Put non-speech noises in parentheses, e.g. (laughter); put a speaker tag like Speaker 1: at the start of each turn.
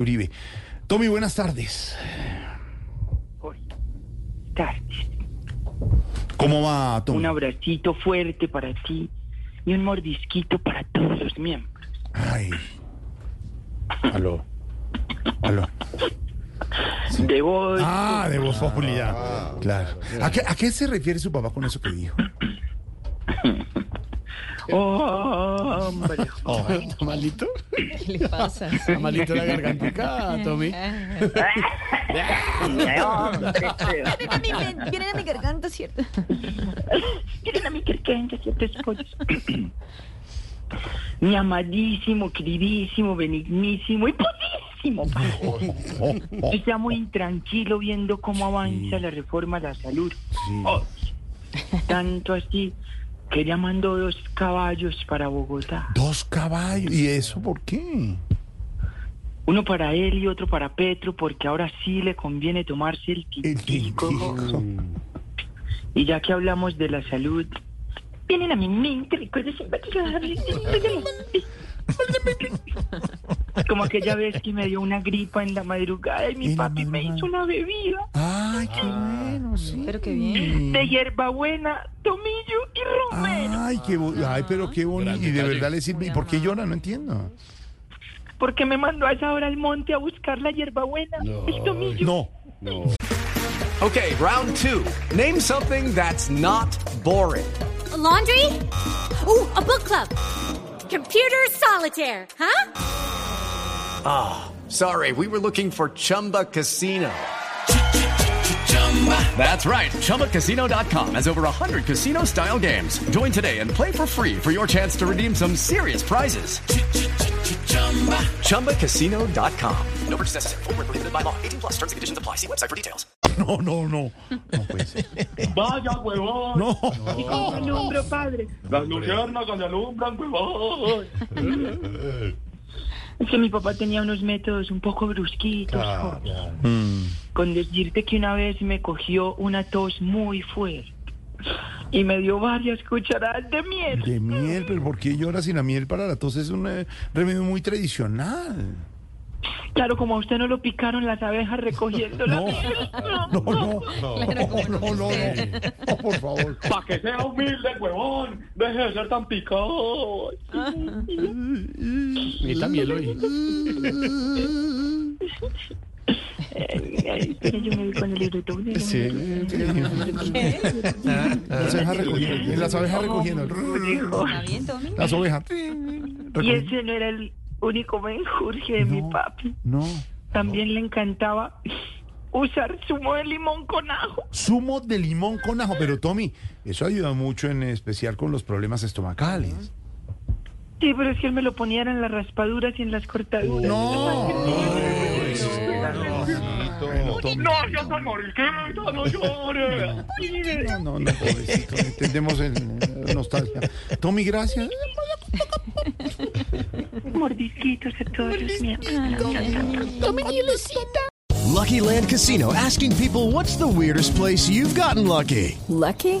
Speaker 1: Uribe. Tommy, buenas tardes.
Speaker 2: tardes.
Speaker 1: ¿Cómo va, Tommy?
Speaker 2: Un abracito fuerte para ti y un mordisquito para todos los miembros.
Speaker 1: Ay. Aló. Aló.
Speaker 2: De voz.
Speaker 1: Ah, (laughs) de voz popular. claro. ¿A qué, a qué se refiere su papá con eso que dijo?
Speaker 2: Oh, hombre.
Speaker 3: ¿Tamalito?
Speaker 4: ¿Qué pasa?
Speaker 3: ¿Tamalito la
Speaker 4: (laughs)
Speaker 3: gargantica, Tommy?
Speaker 2: hombre, feo.
Speaker 4: Vienen a mi, vienen a mi garganta, ¿cierto?
Speaker 2: Miren a mi querquencha, siete escollos. Mi amadísimo, queridísimo, benignísimo y putísimo. padre.
Speaker 1: Oh, oh.
Speaker 2: Está muy intranquilo viendo cómo avanza la reforma a la salud. Oh, tanto así que ya mandó dos caballos para Bogotá.
Speaker 1: (laughs) Dos caballos. ¿Y eso por qué?
Speaker 2: Uno para él y otro para Petro, porque ahora sí le conviene tomarse el
Speaker 1: El
Speaker 2: tintico.
Speaker 1: tintico.
Speaker 2: Y ya que hablamos de la salud, vienen a mi mente recuerdos invaluables.
Speaker 1: (laughs)
Speaker 2: Como aquella vez que me dio una gripa en la madrugada y mi
Speaker 1: En la
Speaker 2: papi me
Speaker 1: madrugada.
Speaker 2: hizo una bebida
Speaker 1: Ay, qué bueno, sí. Ah.
Speaker 4: Pero qué bien.
Speaker 2: de hierbabuena, tomillo y romero.
Speaker 1: Ay, qué bo- Ay, pero qué bonito.
Speaker 3: Gran
Speaker 1: Y de
Speaker 3: detalle.
Speaker 1: verdad le sirve. ¿Y por qué llora? No entiendo.
Speaker 2: Porque me mandó a esa hora al monte a buscar la hierbabuena, el tomillo.
Speaker 1: No.
Speaker 5: Okay, round two. Name something that's not boring.
Speaker 6: laundry? Ooh, a book club. Computer solitaire, huh?
Speaker 5: Sorry, we were looking for Chumba Casino. That's right. ChumbaCasino.com has over 100 casino style games. Join today and play for free for your chance to redeem some serious prizes. ChumbaCasino.com. No purchase necessary. Forward, prohibited by law. 18 plus terms and conditions apply. See website for details.
Speaker 1: No, no, no. No puede ser.
Speaker 2: Vaya huevón.
Speaker 1: No.
Speaker 2: ¿Y cómo alumbra, padre? Las luciernas cuando alumbran, huevón. Es que mi papá tenía unos métodos un poco brusquitos. Jorge.
Speaker 1: Mm.
Speaker 2: Con decirte que una vez me cogió una tos muy fuerte y me dio varias cucharadas de miel.
Speaker 1: De miel, pero ¿por qué llora sin la miel para la tos? Es un eh, remedio muy tradicional.
Speaker 2: Claro, como a usted no lo picaron las abejas recogiendo la
Speaker 1: No.
Speaker 2: miel.
Speaker 1: No, no. No, no, no, no. Oh, por favor.
Speaker 2: Para que sea humilde, huevón. Deje de ser tan
Speaker 1: (laughs)
Speaker 2: picado.
Speaker 3: Ni también lo
Speaker 2: yo me vi con el librito.
Speaker 1: Sí. Las abejas recogiendo. Las abejas recogiendo.
Speaker 4: ¿Está bien, Tommy?
Speaker 1: Las ovejas.
Speaker 2: Y ese no era el único menjurje de mi
Speaker 1: No.
Speaker 2: papi.
Speaker 1: No.
Speaker 2: También le encantaba usar zumo de limón con ajo.
Speaker 1: Zumo de limón con ajo. Pero Tommy, eso ayuda mucho en especial con los problemas estomacales.
Speaker 2: Sí, pero es que él me lo ponía era en las raspaduras y en las cortaduras.
Speaker 1: Bueno, Tommy.
Speaker 2: No, ya está morquita, no llores.
Speaker 1: No, no, no, pobrecito. Entendemos el eh, nostalgia. Tommy, gracias.
Speaker 2: Mordisquitos a todos los miembros.
Speaker 5: Lucky Land Casino asking people what's the weirdest place you've gotten lucky?
Speaker 7: Lucky?